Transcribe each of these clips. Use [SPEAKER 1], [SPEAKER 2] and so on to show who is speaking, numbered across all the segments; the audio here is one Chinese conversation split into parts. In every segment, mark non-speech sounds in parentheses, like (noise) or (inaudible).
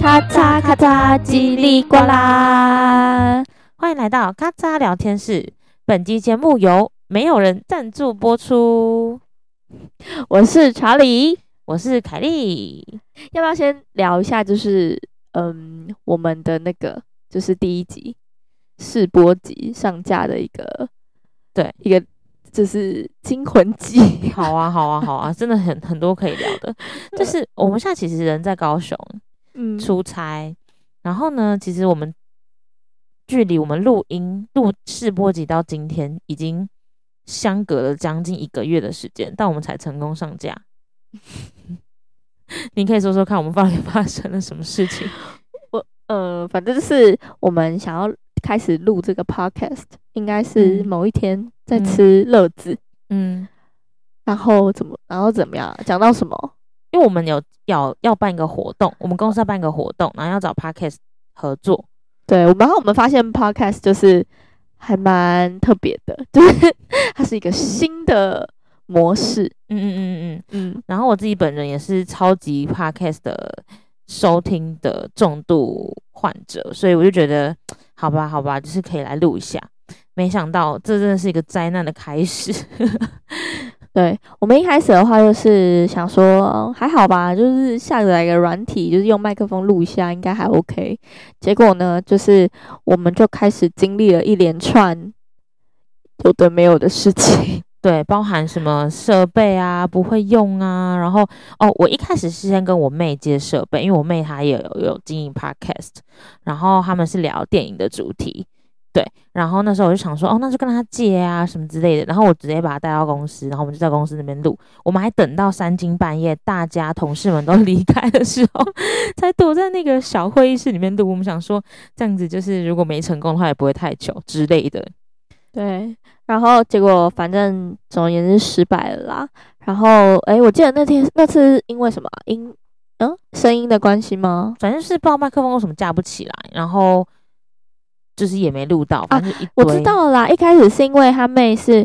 [SPEAKER 1] 咔嚓咔嚓，叽里呱啦！欢迎来到咔嚓聊天室。本期节目由没有人赞助播出。我是查理，我是凯莉。
[SPEAKER 2] 要不要先聊一下？就是嗯，我们的那个就是第一集试播集上架的一个，
[SPEAKER 1] 对，
[SPEAKER 2] 一个就是惊魂记。
[SPEAKER 1] 好啊，好啊，好啊，真的很很多可以聊 (laughs) 的。就是我们现在其实人在高雄
[SPEAKER 2] 嗯
[SPEAKER 1] 出差，然后呢，其实我们距离我们录音录试播集到今天已经相隔了将近一个月的时间，但我们才成功上 (laughs) 架。你可以说说看，我们到底发 (laughs) 生了什么事 (laughs) 情？
[SPEAKER 2] 呃，反正就是我们想要开始录这个 podcast，应该是
[SPEAKER 1] 嗯
[SPEAKER 2] 某一天在
[SPEAKER 1] 嗯
[SPEAKER 2] 吃乐子，
[SPEAKER 1] 嗯，
[SPEAKER 2] 然后怎么，然后怎么样？讲到什么？
[SPEAKER 1] 因为我们有要要办一个活动，我们公司要办一个活动，然后要找 Podcast 合作，
[SPEAKER 2] 对，我们然后我们发现 podcast 就是还蛮特别的，就是 (laughs) 它是一个新的模式。
[SPEAKER 1] 嗯嗯嗯嗯嗯，
[SPEAKER 2] 嗯，
[SPEAKER 1] 然后我自己本人也是超级 podcast 的收听的重度患者，所以我就觉得，好吧，好吧，就是可以来录一下。没想到这真的是一个灾难的开始，
[SPEAKER 2] 对，我们一开始的话就是想说、嗯还好吧，就是下载一个软体，就是用麦克风录一下，应该还 OK。结果呢，就是我们就开始经历了一连串有的没有的事情。 (laughs)
[SPEAKER 1] 对，包含什么设备啊，不会用啊，然后哦，我一开始是先跟我妹借设备，因为我妹她也有有经营 podcast，然后他们是聊电影的主题，对，然后那时候我就想说，哦，那就跟她借啊什么之类的，然后我直接把她带到公司，然后我们就在公司那边录，我们还等到三更半夜，大家同事们都 (laughs) 离开的时候，才躲在那个小会议室里面录，我们想说这样子就是如果没成功的话也不会太久之类的，
[SPEAKER 2] 对，然后结果反正总而言之失败了啦。然后诶，我记得那天那次因为什么音嗯声音的关系吗？
[SPEAKER 1] 反正是不知道麦克风为什么架不起来，然后就是也没录到，反正就一
[SPEAKER 2] 我
[SPEAKER 1] 堆、
[SPEAKER 2] 知道了啦，一开始是因为他妹是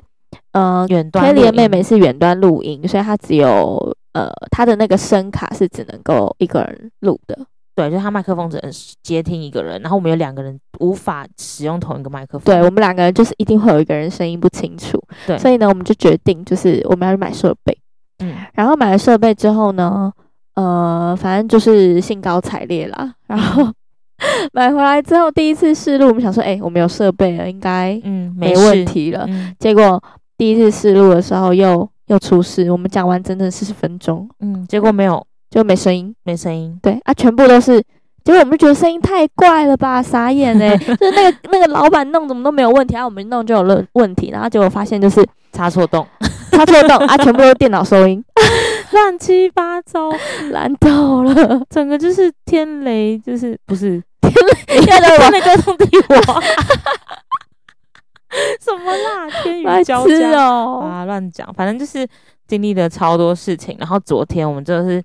[SPEAKER 2] 呃
[SPEAKER 1] 远端
[SPEAKER 2] Kelly
[SPEAKER 1] 录
[SPEAKER 2] 的
[SPEAKER 1] 音
[SPEAKER 2] 妹妹是远端录音，所以她只有呃她的那个声卡是只能够一个人录的。
[SPEAKER 1] 对，就是他麦克风只能接听一个人，然后我们有两个人无法使用同一个麦克风，
[SPEAKER 2] 对我们两个人就是一定会有一个人声音不清楚，
[SPEAKER 1] 对
[SPEAKER 2] 所以呢，我们就决定就是我们要去买设备。
[SPEAKER 1] 嗯，
[SPEAKER 2] 然后买了设备之后呢，呃，反正就是兴高采烈啦。然
[SPEAKER 1] (laughs)
[SPEAKER 2] 后买回来之后，第一次试录，我们想说，哎、我们有设备了，应该
[SPEAKER 1] 嗯，
[SPEAKER 2] 没
[SPEAKER 1] 事
[SPEAKER 2] 问，题了。
[SPEAKER 1] 嗯
[SPEAKER 2] 结果第一次试录的时候又又出事，我们讲完整整四十分钟
[SPEAKER 1] 嗯，结果没有
[SPEAKER 2] 就没声音，
[SPEAKER 1] 没声音，
[SPEAKER 2] 对啊，全部都是。结果我们就觉得声音太怪了吧，傻眼
[SPEAKER 1] (laughs)
[SPEAKER 2] 哎、就是那个那个老板弄怎么都没有问题，然、后我们弄就有问问题，然后结果发现就是
[SPEAKER 1] 插错洞，
[SPEAKER 2] 他错动啊，全部都是电脑收音，
[SPEAKER 1] (laughs) 乱七八糟，
[SPEAKER 2] 难透
[SPEAKER 1] (laughs)
[SPEAKER 2] 了。
[SPEAKER 1] 整个就是天雷，就是不是 (laughs)
[SPEAKER 2] 天雷
[SPEAKER 1] 天雷沟通地火， (laughs) 什么啦，天
[SPEAKER 2] 白
[SPEAKER 1] 雨
[SPEAKER 2] 痴
[SPEAKER 1] 交加。
[SPEAKER 2] 哦！
[SPEAKER 1] 啊，乱讲，反正就是经历了超多事情。然后昨天我们真的是，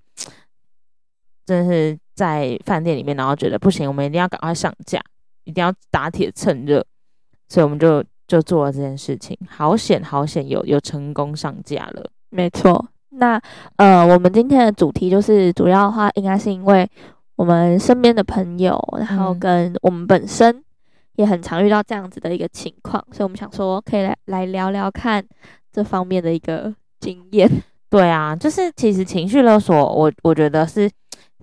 [SPEAKER 1] 真的是在饭店里面，然后觉得不行，我们一定要赶快上架，一定要打铁趁热，所以我们就就做了这件事情。好险，好险，有有成功上架了。
[SPEAKER 2] 没错，那呃，我们今天的主题就是主要的话，应该是因为我们身边的朋友，然后
[SPEAKER 1] 嗯
[SPEAKER 2] 跟我们本身也很常遇到这样子的一个情况，所以我们想说可以来来聊聊看这方面的一个经验。
[SPEAKER 1] 对啊，就是其实情绪勒索，我我觉得是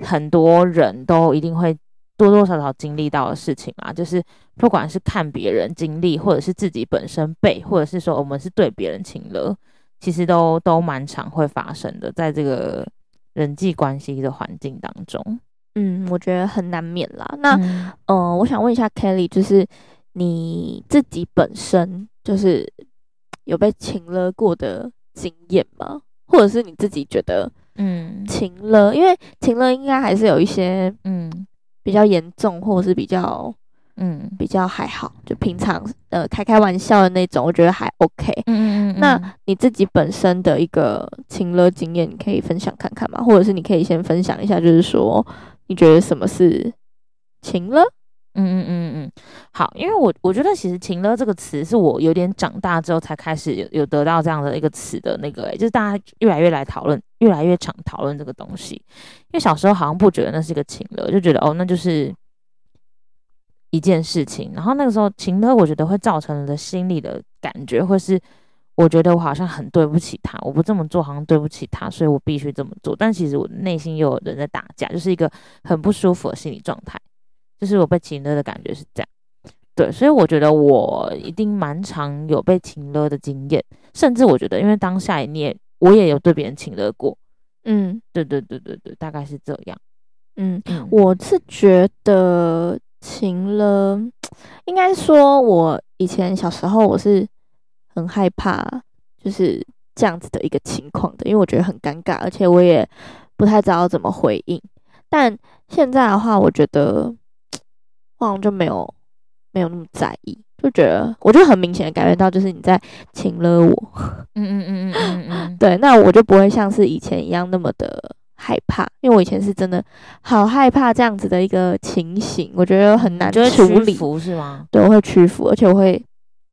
[SPEAKER 1] 很多人都一定会多多少少经历到的事情啦。就是不管是看别人经历，或者是自己本身被，或者是说我们是对别人情勒，其实都都蛮常会发生的，在这个人际关系的环境当中。
[SPEAKER 2] 嗯，我觉得很难免啦。那
[SPEAKER 1] 嗯
[SPEAKER 2] 呃，我想问一下 Kelly，就是你自己本身就是有被情勒过的经验吗？或者是你自己觉得
[SPEAKER 1] 嗯
[SPEAKER 2] 情勒，因为情勒应该还是有一些
[SPEAKER 1] 嗯
[SPEAKER 2] 比较严重，或者是比较
[SPEAKER 1] 嗯嗯
[SPEAKER 2] 比较还好，就平常呃开开玩笑的那种，我觉得还 OK。
[SPEAKER 1] 嗯
[SPEAKER 2] 那你自己本身的一个情勒经验，你可以分享看看吗？或者是你可以先分享一下，就是说你觉得什么是情勒，
[SPEAKER 1] 嗯嗯嗯嗯，好，因为我我觉得其实“情乐”这个词是我有点长大之后才开始有有得到这样的一个词的那个、欸，就是大家越来越来讨论，越来越常讨论这个东西。因为小时候好像不觉得那是一个情乐，就觉得哦，那就是一件事情。然后那个时候情乐，我觉得会造成人的心理的感觉，会是我觉得我好像很对不起他，我不这么做好像对不起他，所以我必须这么做。但其实我内心又有人在打架，就是一个很不舒服的心理状态。就是我被情勒的感觉是这样，对，所以我觉得我一定蛮常有被情勒的经验，甚至我觉得，因为当下你也我也有对别人情勒过，
[SPEAKER 2] 嗯
[SPEAKER 1] 对对对对对，大概是这样。
[SPEAKER 2] 嗯，
[SPEAKER 1] 嗯
[SPEAKER 2] 我是觉得情了，应该说我以前小时候我是很害怕，就是这样子的一个情况的，因为我觉得很尴尬，而且我也不太知道怎么回应。但现在的话，我觉得我好像就没有没有那么在意，就觉得我就很明显的感觉到，就是你在情了我，
[SPEAKER 1] 嗯嗯嗯嗯 (laughs) 嗯
[SPEAKER 2] 对，那我就不会像是以前一样那么的害怕，因为我以前是真的好害怕这样子的一个情形，我觉得很难
[SPEAKER 1] 就会
[SPEAKER 2] 处
[SPEAKER 1] 屈
[SPEAKER 2] 理。
[SPEAKER 1] 服是吗？
[SPEAKER 2] 对，我会屈服，而且我会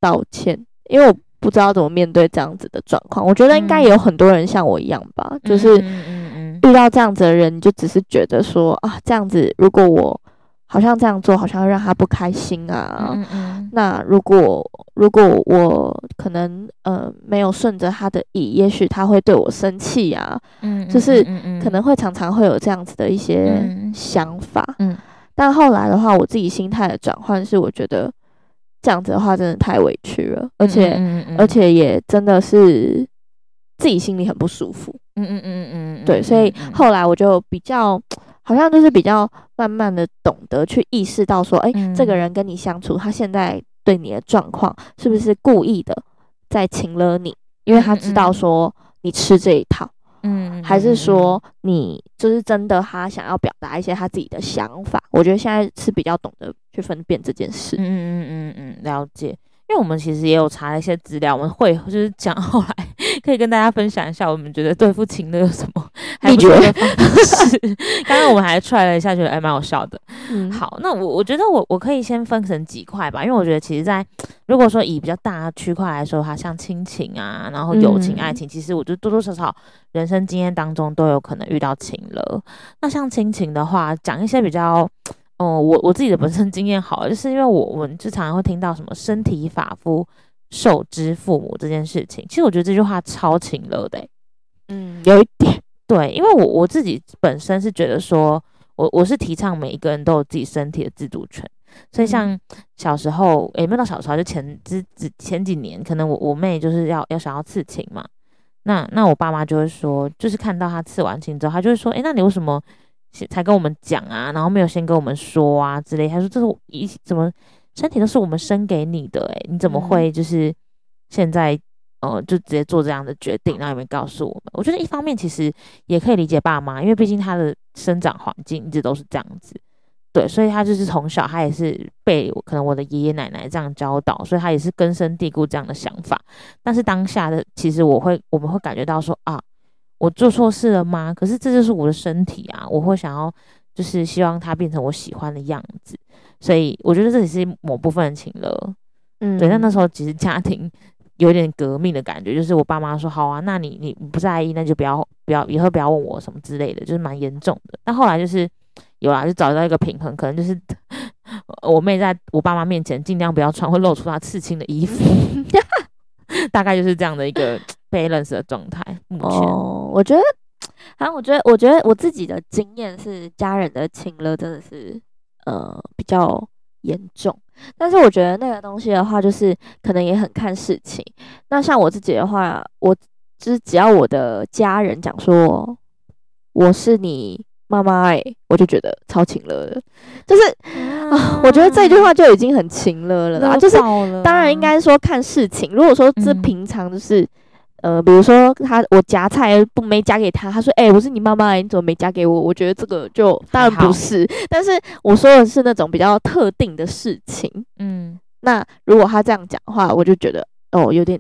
[SPEAKER 2] 道歉，因为我不知道怎么面对这样子的状况。我觉得应该
[SPEAKER 1] 嗯
[SPEAKER 2] 也有很多人像我一样吧，就是
[SPEAKER 1] 嗯嗯嗯嗯
[SPEAKER 2] 遇到这样子的人，你就只是觉得说啊，这样子如果我好像这样做，好像会让他不开心啊，
[SPEAKER 1] 嗯嗯嗯
[SPEAKER 2] 那如果如果我可能呃没有顺着他的意，也许他会对我生气啊，
[SPEAKER 1] 嗯，
[SPEAKER 2] 就是
[SPEAKER 1] 嗯嗯
[SPEAKER 2] 可能会常常会有这样子的一些
[SPEAKER 1] 嗯
[SPEAKER 2] 想法。
[SPEAKER 1] 嗯
[SPEAKER 2] 但后来的话，我自己心态的转换是，我觉得这样子的话真的太委屈了，而且、
[SPEAKER 1] 嗯嗯嗯
[SPEAKER 2] 而且也真的是自己心里很不舒服。
[SPEAKER 1] 嗯嗯嗯嗯嗯，
[SPEAKER 2] 对，
[SPEAKER 1] 嗯
[SPEAKER 2] 所以
[SPEAKER 1] 嗯
[SPEAKER 2] 后来我就比较，好像就是比较慢慢的懂得去意识到说，哎、
[SPEAKER 1] 嗯
[SPEAKER 2] 这个人跟你相处，他现在对你的状况是不是故意的在情了你？因为他知
[SPEAKER 1] 嗯
[SPEAKER 2] 道
[SPEAKER 1] 嗯
[SPEAKER 2] 说你吃这一套，
[SPEAKER 1] 嗯嗯
[SPEAKER 2] 还
[SPEAKER 1] 嗯
[SPEAKER 2] 是
[SPEAKER 1] 嗯
[SPEAKER 2] 说你就是真的他想要表达一些他自己的想法？我觉得现在是比较懂得去分辨这件事。
[SPEAKER 1] 嗯嗯嗯嗯嗯，了解。因为我们其实也有查了一些资料，我们会就是讲后来 (laughs) 可以跟大家分享一下，我们觉得对付情的有什么还
[SPEAKER 2] 秘
[SPEAKER 1] 不错
[SPEAKER 2] 诀
[SPEAKER 1] 的方 (laughs) 式。刚刚我们还踹了一下，觉得哎蛮好笑的。
[SPEAKER 2] 嗯，
[SPEAKER 1] 好，那我我觉得我我可以先分成几块吧，因为我觉得其实在，如果说以比较大的区块来说，它像亲情啊，然后友情、
[SPEAKER 2] 嗯
[SPEAKER 1] 爱情，其实我觉得多多少少人生经验当中都有可能遇到情了。那像亲情的话，讲一些比较。哦、我我自己的本身经验好了，就是因为我我们就常常会听到什么“身体发肤受之父母”这件事情，其实我觉得这句话超情了的欸、
[SPEAKER 2] 嗯，有一点，
[SPEAKER 1] 对，因为我我自己本身是觉得说，我我是提倡每一个人都有自己身体的自主权，所以像小时候，也、没有到小时候，就前之之前几年，可能我我妹就是要要想要刺青嘛，那那我爸妈就会说，就是看到她刺完青之后，她就会说，诶，那你为什么先才跟我们讲啊？然后没有先跟我们说啊之类，她说这是我一怎么身体都是我们生给你的、诶，你怎么
[SPEAKER 2] 嗯
[SPEAKER 1] 会就是现在？呃，就直接做这样的决定，然后也没告诉我们。我觉得一方面其实也可以理解爸妈，因为毕竟他的生长环境一直都是这样子，对，所以他就是从小他也是被我可能我的爷爷奶奶这样教导，所以他也是根深蒂固这样的想法。但是当下的其实我会我们会感觉到说啊，我做错事了吗？可是这就是我的身体啊，我会想要就是希望它变成我喜欢的样子，所以我觉得这也是某部分的情了。
[SPEAKER 2] 嗯，
[SPEAKER 1] 对，但那时候其实家庭有点革命的感觉，就是我爸妈说好啊，那你你不在意，那就不要不要以后不要问我什么之类的，就是蛮严重的。但后来就是有啦，就找到一个平衡，可能就是我妹在我爸妈面前尽量不要穿会露出她刺青的
[SPEAKER 2] (laughs)
[SPEAKER 1] 衣服，大概就是这样的一个 balance 的状态。目前，
[SPEAKER 2] 哦，我觉得，好像我觉得，我觉得我自己的经验是，家人的情勒真的是，呃，比较严重。但是我觉得那个东西的话，就是可能也很看事情。那像我自己的话，我就是只要我的家人讲说我是你妈妈、欸，我就觉得超情勒的，就是、啊 (laughs)
[SPEAKER 1] 嗯
[SPEAKER 2] 我觉得这句话就已经很情勒了啦，就是当然应该说看事情。如果说这
[SPEAKER 1] 嗯
[SPEAKER 2] 平常就是，呃，比如说他我夹菜不没夹给他，他说：“哎、我是你妈妈，你怎么没夹给我？”我觉得这个就当
[SPEAKER 1] 还
[SPEAKER 2] 然不
[SPEAKER 1] 好
[SPEAKER 2] 是，但是我说的是那种比较特定的事情。
[SPEAKER 1] 嗯，
[SPEAKER 2] 那如果他这样讲话，我就觉得哦，有点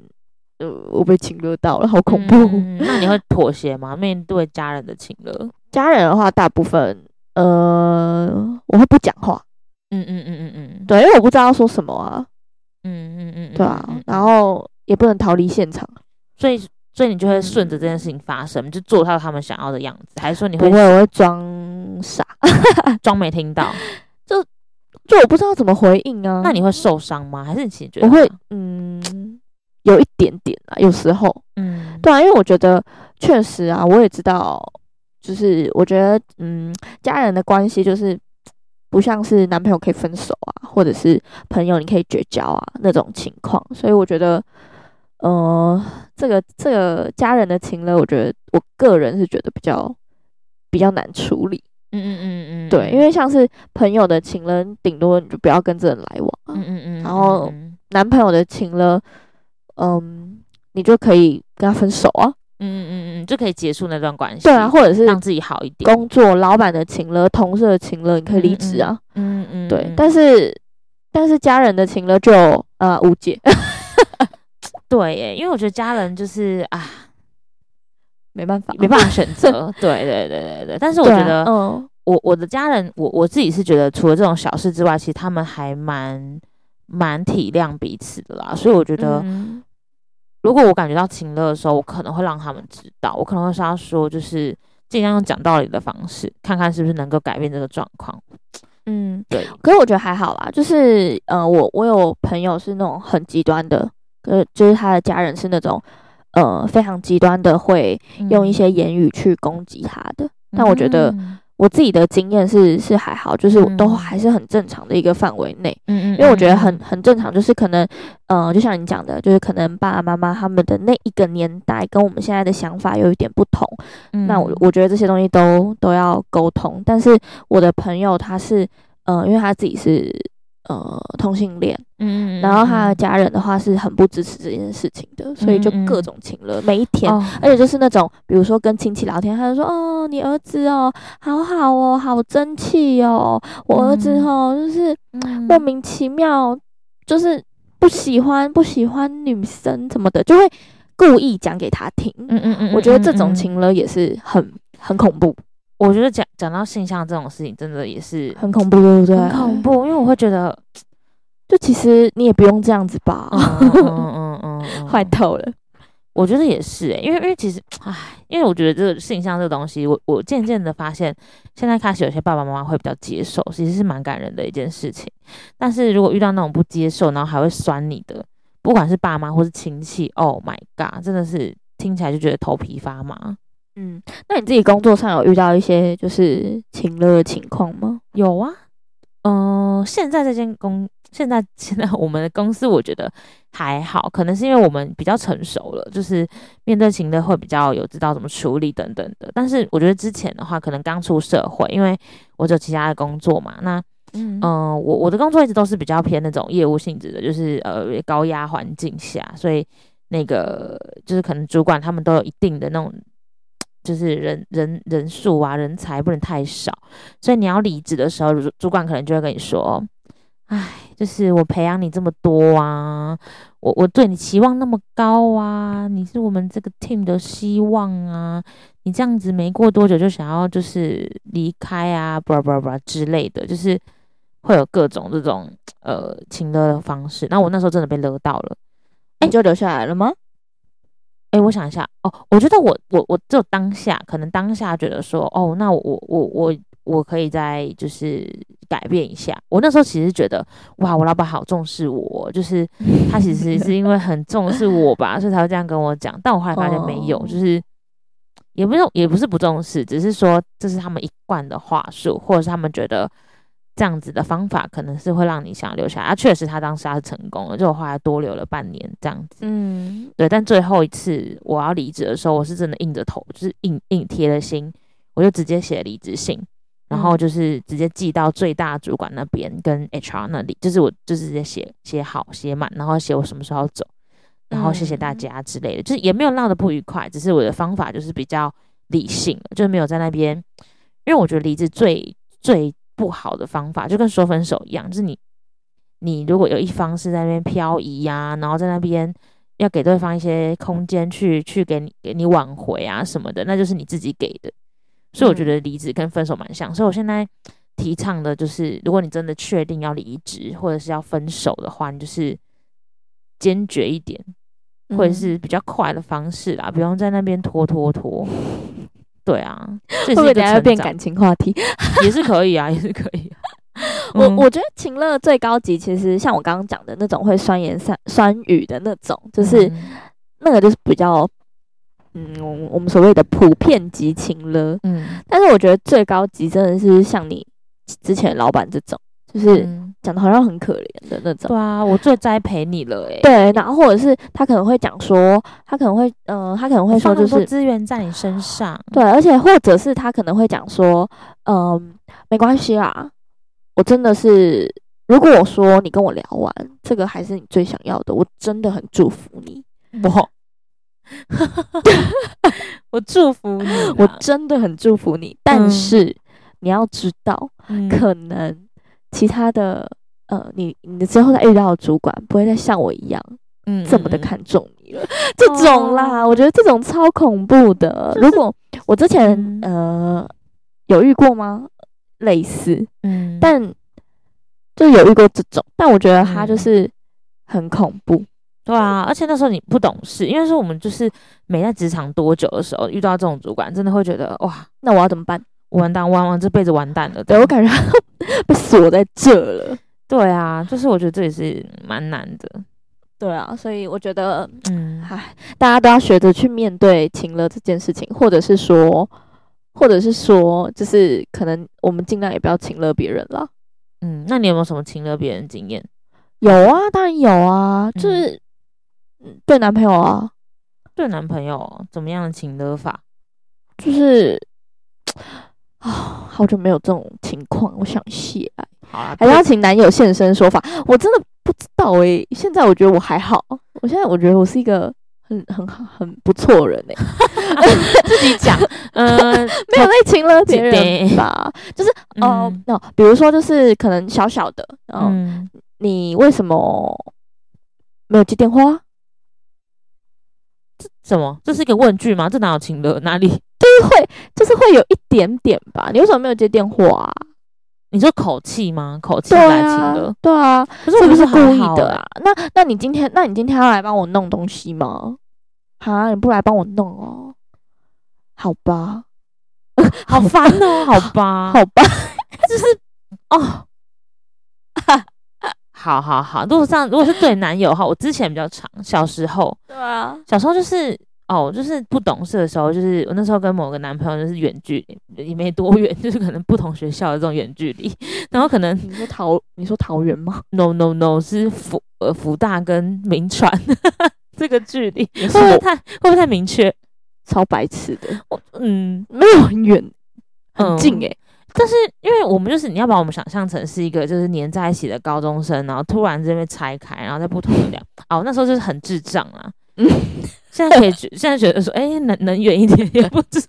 [SPEAKER 2] 呃，我被情勒到了，好恐怖。 (laughs)
[SPEAKER 1] 嗯那你会妥协吗？面对家人的情了？
[SPEAKER 2] 家人的话，大部分呃，我会不讲话，
[SPEAKER 1] 嗯嗯嗯嗯嗯，
[SPEAKER 2] 对，因为我不知道要说什么啊，
[SPEAKER 1] 嗯嗯嗯，嗯
[SPEAKER 2] 对啊
[SPEAKER 1] 嗯嗯，
[SPEAKER 2] 然后也不能逃离现场，
[SPEAKER 1] 所以所以你就会顺着这件事情发生，就做到他们想要的样子，还是说你
[SPEAKER 2] 不
[SPEAKER 1] 会嗯
[SPEAKER 2] 会，我会装傻，
[SPEAKER 1] 装没听到？
[SPEAKER 2] 就我不知道怎么回应啊。
[SPEAKER 1] 那你会受伤吗？还是你其实觉得
[SPEAKER 2] 我会
[SPEAKER 1] 还好，
[SPEAKER 2] 嗯，有一点点啊，有时候，
[SPEAKER 1] 嗯，
[SPEAKER 2] 对啊，因为我觉得确实啊，我也知道，就是我觉得，嗯，家人的关系就是不像是男朋友可以分手啊，或者是朋友你可以绝交啊那种情况，所以我觉得，呃，这个这个家人的情呢，我觉得我个人是觉得比较比较难处理，
[SPEAKER 1] 嗯嗯嗯嗯，
[SPEAKER 2] 对，因为像是朋友的情人，顶多你就不要跟这人来往啊、
[SPEAKER 1] 嗯嗯嗯，
[SPEAKER 2] 然后
[SPEAKER 1] 嗯
[SPEAKER 2] 男朋友的情了，嗯，你就可以跟他分手啊，
[SPEAKER 1] 嗯嗯嗯，就可以结束那段关系，
[SPEAKER 2] 对啊，，或者是
[SPEAKER 1] 让自己好一点，
[SPEAKER 2] 工作老板的情了，同事的情了，你可以离职啊，
[SPEAKER 1] 嗯嗯，
[SPEAKER 2] 对。
[SPEAKER 1] 嗯
[SPEAKER 2] 但是但是家人的情了就呃无解，
[SPEAKER 1] 对耶，因为我觉得家人就是啊，
[SPEAKER 2] 没办法
[SPEAKER 1] (laughs) 没办法选择，对对对对对，但是我觉得
[SPEAKER 2] 嗯
[SPEAKER 1] 我我的家人，我我自己是觉得，除了这种小事之外，其实他们还蛮蛮体谅彼此的啦。所以我觉得，
[SPEAKER 2] 嗯
[SPEAKER 1] 如果我感觉到情乐的时候，我可能会让他们知道，我可能会跟他说，就是尽量用讲道理的方式，看看是不是能够改变这个状况。
[SPEAKER 2] 嗯，
[SPEAKER 1] 对，
[SPEAKER 2] 可是我觉得还好啦，就是呃，我我有朋友是那种很极端的，呃，就是他的家人是那种呃非常极端的，会用一些言语去攻击他的。
[SPEAKER 1] 嗯，
[SPEAKER 2] 但我觉得
[SPEAKER 1] 嗯
[SPEAKER 2] 我自己的经验是是还好，就是我都
[SPEAKER 1] 嗯
[SPEAKER 2] 还是很正常的一个范围内。
[SPEAKER 1] 嗯，因
[SPEAKER 2] 因为我觉得很很正常，就是可能，呃，就像你讲的，就是可能爸爸妈妈他们的那一个年代跟我们现在的想法有一点不同。
[SPEAKER 1] 嗯
[SPEAKER 2] 那我我觉得这些东西都都要沟通。但是我的朋友他是，呃，因为他自己是呃同性恋，
[SPEAKER 1] 嗯，嗯
[SPEAKER 2] 然后他的家人的话是很不支持这件事情的，所以就
[SPEAKER 1] 嗯嗯嗯
[SPEAKER 2] 各种情了，每一天。
[SPEAKER 1] 哦
[SPEAKER 2] 而且就是那种，比如说跟亲戚聊天，他就说：“哦，你儿子哦，好好哦，好争气哦，我儿子
[SPEAKER 1] 嗯
[SPEAKER 2] 哦，就是
[SPEAKER 1] 嗯
[SPEAKER 2] 莫名其妙就是不喜欢不喜欢女生什么的，就会故意讲给他听。
[SPEAKER 1] 嗯嗯嗯，
[SPEAKER 2] 我觉得这
[SPEAKER 1] 嗯
[SPEAKER 2] 种
[SPEAKER 1] 嗯
[SPEAKER 2] 情了也是很很恐怖，
[SPEAKER 1] 我觉得讲讲到性向这种事情，真的也是
[SPEAKER 2] 很恐怖，对不对？
[SPEAKER 1] 很恐。怖，因为我会
[SPEAKER 2] (laughs)
[SPEAKER 1] 觉得，
[SPEAKER 2] 就其实你也不用这样子吧，
[SPEAKER 1] 嗯嗯嗯嗯嗯，
[SPEAKER 2] 坏透了。
[SPEAKER 1] 我觉得也是、欸，因为因为其实，唉，因为我觉得这个性向这个东西，我我渐渐的发现，现在开始有些爸爸妈妈会比较接受，其实是蛮感人的一件事情。但是如果遇到那种不接受，然后还会酸你的，不管是爸妈或是亲戚，Oh my god，真的是听起来就觉得头皮发麻。
[SPEAKER 2] 嗯，那你自己工作上有遇到一些就是情了的情况吗？
[SPEAKER 1] 有啊，嗯、现在这间公，现在现在我们的公司，我觉得还好，可能是因为我们比较成熟了，就是面对情的会比较有知道怎么处理等等的。但是我觉得之前的话，可能刚出社会，因为我有其他的工作嘛，那
[SPEAKER 2] 嗯
[SPEAKER 1] 嗯、呃我我的工作一直都是比较偏那种业务性质的，就是呃高压环境下，所以那个就是可能主管他们都有一定的那种，就是人人人数啊，人才不能太少，所以你要离职的时候，主主管可能就会跟你说，哎，就是我培养你这么多啊，我我对你期望那么高啊，你是我们这个 team 的希望啊，你这样子没过多久就想要就是离开啊，不不不之类的，就是会有各种这种呃情勒的方式。那我那时候真的被勒到了。
[SPEAKER 2] 你就留下来了吗？
[SPEAKER 1] 诶，我想一下哦，我觉得我我我只有当下，可能当下觉得说，哦，那我我我我我可以再就是改变一下。我那时候其实觉得，哇，我老板好重视我，哦就是他其实是因为很重视我吧，所以才会这样跟我讲。但我后来发现没有，
[SPEAKER 2] 哦
[SPEAKER 1] 就是也不是也不是不重视，只是说这是他们一贯的话术，或者是他们觉得这样子的方法可能是会让你想要留下来。啊，确实他当时他是成功了，就我后来多留了半年这样子。
[SPEAKER 2] 嗯，
[SPEAKER 1] 对，但最后一次我要离职的时候，我是真的硬着头，就是硬硬贴了心，我就直接写离职信，然后
[SPEAKER 2] 嗯
[SPEAKER 1] 就是直接寄到最大主管那边跟 HR 那里，就是我就是直接写写好写满，然后写我什么时候走，然后谢谢大
[SPEAKER 2] 嗯
[SPEAKER 1] 家之类的，就是也没有闹得不愉快，只是我的方法就是比较理性了，就是没有在那边，因为我觉得离职最最不好的方法就跟说分手一样，就是你你如果有一方是在那边漂移呀、然后在那边要给对方一些空间去去给你给你挽回啊什么的，那就是你自己给的。所以我觉
[SPEAKER 2] 嗯
[SPEAKER 1] 得离职跟分手蛮像，所以我现在提倡的就是，如果你真的确定要离职或者是要分手的话，你就是坚决一点，或
[SPEAKER 2] 嗯
[SPEAKER 1] 者是比较快的方式啦，不用在那边拖
[SPEAKER 2] (laughs)
[SPEAKER 1] 拖拖。对啊，
[SPEAKER 2] 会
[SPEAKER 1] 这也
[SPEAKER 2] 不
[SPEAKER 1] 是一
[SPEAKER 2] 会
[SPEAKER 1] 个
[SPEAKER 2] 等下
[SPEAKER 1] 成
[SPEAKER 2] 变
[SPEAKER 1] 长，
[SPEAKER 2] 感情话
[SPEAKER 1] (laughs)
[SPEAKER 2] 题？
[SPEAKER 1] 也是可以啊，也是可以、啊。
[SPEAKER 2] 我
[SPEAKER 1] 嗯
[SPEAKER 2] 我觉得情乐最高级，其实像我刚刚讲的那种会酸言酸酸语的那种，就是、
[SPEAKER 1] 嗯
[SPEAKER 2] 那个就是比较，嗯，我们所谓的普遍级情乐。
[SPEAKER 1] 嗯，
[SPEAKER 2] 但是我觉得最高级真的是像你之前的老板这种，就是
[SPEAKER 1] 嗯
[SPEAKER 2] 讲的好像很可怜的那种。
[SPEAKER 1] 对啊，我最栽培你了哎、欸，
[SPEAKER 2] 对，然后或者是他可能会讲说，他可能会，嗯、他可能会
[SPEAKER 1] 我
[SPEAKER 2] 说
[SPEAKER 1] 放
[SPEAKER 2] 就
[SPEAKER 1] 很多
[SPEAKER 2] 是
[SPEAKER 1] 资源在你身上，
[SPEAKER 2] 对，而且或者是他可能会讲说，嗯，没关系啦，我真的是，如果我说你跟我聊完，这个还是你最想要的，我真的很祝福你，
[SPEAKER 1] 我， (laughs) 我祝福你啦，
[SPEAKER 2] 我真的很祝福你，但
[SPEAKER 1] 啊嗯
[SPEAKER 2] 是、你要知道，
[SPEAKER 1] 嗯
[SPEAKER 2] 可能其他的。呃，你你之后再遇到的主管不会再像我一样
[SPEAKER 1] 嗯
[SPEAKER 2] 这么的
[SPEAKER 1] 嗯嗯哦
[SPEAKER 2] 看重你了，这种啦，我觉得这种超恐怖的。如果我之前、
[SPEAKER 1] 嗯
[SPEAKER 2] 呃有遇过吗？类似，
[SPEAKER 1] 嗯，
[SPEAKER 2] 但就有遇过这种，但我觉得他就
[SPEAKER 1] 嗯
[SPEAKER 2] 是很恐怖。
[SPEAKER 1] 对啊，而且那时候你不懂事，因为说我们就是没在职场多久的时候遇到这种主管，真的会觉得哇，
[SPEAKER 2] 那我要怎么办？
[SPEAKER 1] 完蛋，完完这辈子完蛋了。
[SPEAKER 2] 对
[SPEAKER 1] 这
[SPEAKER 2] 我
[SPEAKER 1] 样
[SPEAKER 2] 感觉他被锁在这了。
[SPEAKER 1] 对啊，就是我觉得这也是蛮难的，
[SPEAKER 2] 对啊，所以我觉得，
[SPEAKER 1] 嗯
[SPEAKER 2] 唉，大家都要学着去面对情了这件事情，或者是说，或者是说，就是可能我们尽量也不要情了别人了。
[SPEAKER 1] 嗯。那你有没有什么亲热别人的经验？
[SPEAKER 2] 有啊，当然有啊，就是、嗯对男朋友啊，
[SPEAKER 1] 对男朋友怎么样的亲热法？
[SPEAKER 2] 就是 (sighs) 啊、好久没有这种情况，我想写啊。
[SPEAKER 1] 好啦，
[SPEAKER 2] 还是要请男友现身说法。我真的不知道诶、现在我觉得我还好，我现在我觉得我是一个很很好很不错人诶、
[SPEAKER 1] 自己讲，嗯，
[SPEAKER 2] 没有在情了别
[SPEAKER 1] 对
[SPEAKER 2] 人吧？就是 (laughs) 哦
[SPEAKER 1] 嗯，
[SPEAKER 2] 那、比如说就是可能小小的，嗯，
[SPEAKER 1] 嗯，
[SPEAKER 2] 你为什么没有接电话？啊
[SPEAKER 1] 什么？这是一个问句吗？这哪有亲热？哪里？
[SPEAKER 2] 就是会就是会有一点点吧？你为什么没有接电话、啊？
[SPEAKER 1] 你说口气吗？口气
[SPEAKER 2] 对
[SPEAKER 1] 来亲热
[SPEAKER 2] 啊？，对啊，
[SPEAKER 1] 可是
[SPEAKER 2] 是
[SPEAKER 1] 我
[SPEAKER 2] 不是
[SPEAKER 1] 觉
[SPEAKER 2] 故
[SPEAKER 1] 得很
[SPEAKER 2] 意
[SPEAKER 1] 好
[SPEAKER 2] 的
[SPEAKER 1] 欸
[SPEAKER 2] 啊？那那你今天那你今天要来帮我弄东西吗？啊，你不来帮我弄哦？好吧，
[SPEAKER 1] 好烦哦，好
[SPEAKER 2] (laughs)
[SPEAKER 1] 吧，
[SPEAKER 2] 好吧，
[SPEAKER 1] 就是哦， (laughs) 好好好。如果这样，如果是对男友的话，我之前比较长，小时候，
[SPEAKER 2] 对啊，
[SPEAKER 1] 小时候就是哦，就是不懂事的时候，就是我那时候跟某个男朋友就是远距离，也没多远， (laughs) 就是可能不同学校的这种远距离，然后可能
[SPEAKER 2] 你说桃，你说桃园吗？
[SPEAKER 1] no no no 是福呃福大跟名传 (laughs) 这个距离，
[SPEAKER 2] 是
[SPEAKER 1] 会不会
[SPEAKER 2] 我
[SPEAKER 1] 太会不会太明确？
[SPEAKER 2] 超白痴的，
[SPEAKER 1] 我嗯
[SPEAKER 2] 没有很远，很
[SPEAKER 1] 嗯
[SPEAKER 2] 近欸诶、
[SPEAKER 1] 但是因为我们就是你要把我们想象成是一个就是黏在一起的高中生，然后突然之间被拆开，然后在不同的两哦，那时候就是很智障啊。
[SPEAKER 2] 嗯
[SPEAKER 1] 现在可以觉，现在觉得说，哎、能能远一点也不错。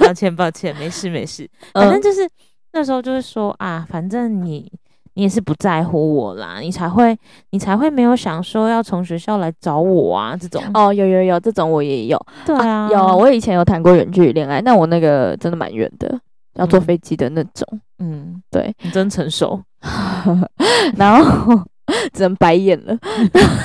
[SPEAKER 1] 抱歉，抱歉，没事没事。反正
[SPEAKER 2] 嗯，
[SPEAKER 1] 就是、那时候就是说啊，反正你你也是不在乎我啦，你才会你才会没有想说要从学校来找我啊这种。
[SPEAKER 2] 哦，有有有，这种我也有，
[SPEAKER 1] 对啊，
[SPEAKER 2] 有啊，我以前有谈过远距离恋爱，但我那个真的蛮远的，要坐
[SPEAKER 1] 嗯
[SPEAKER 2] 飞机的那种，
[SPEAKER 1] 嗯，
[SPEAKER 2] 对，哦
[SPEAKER 1] 你真成熟。
[SPEAKER 2] (laughs) 然后只能白眼了。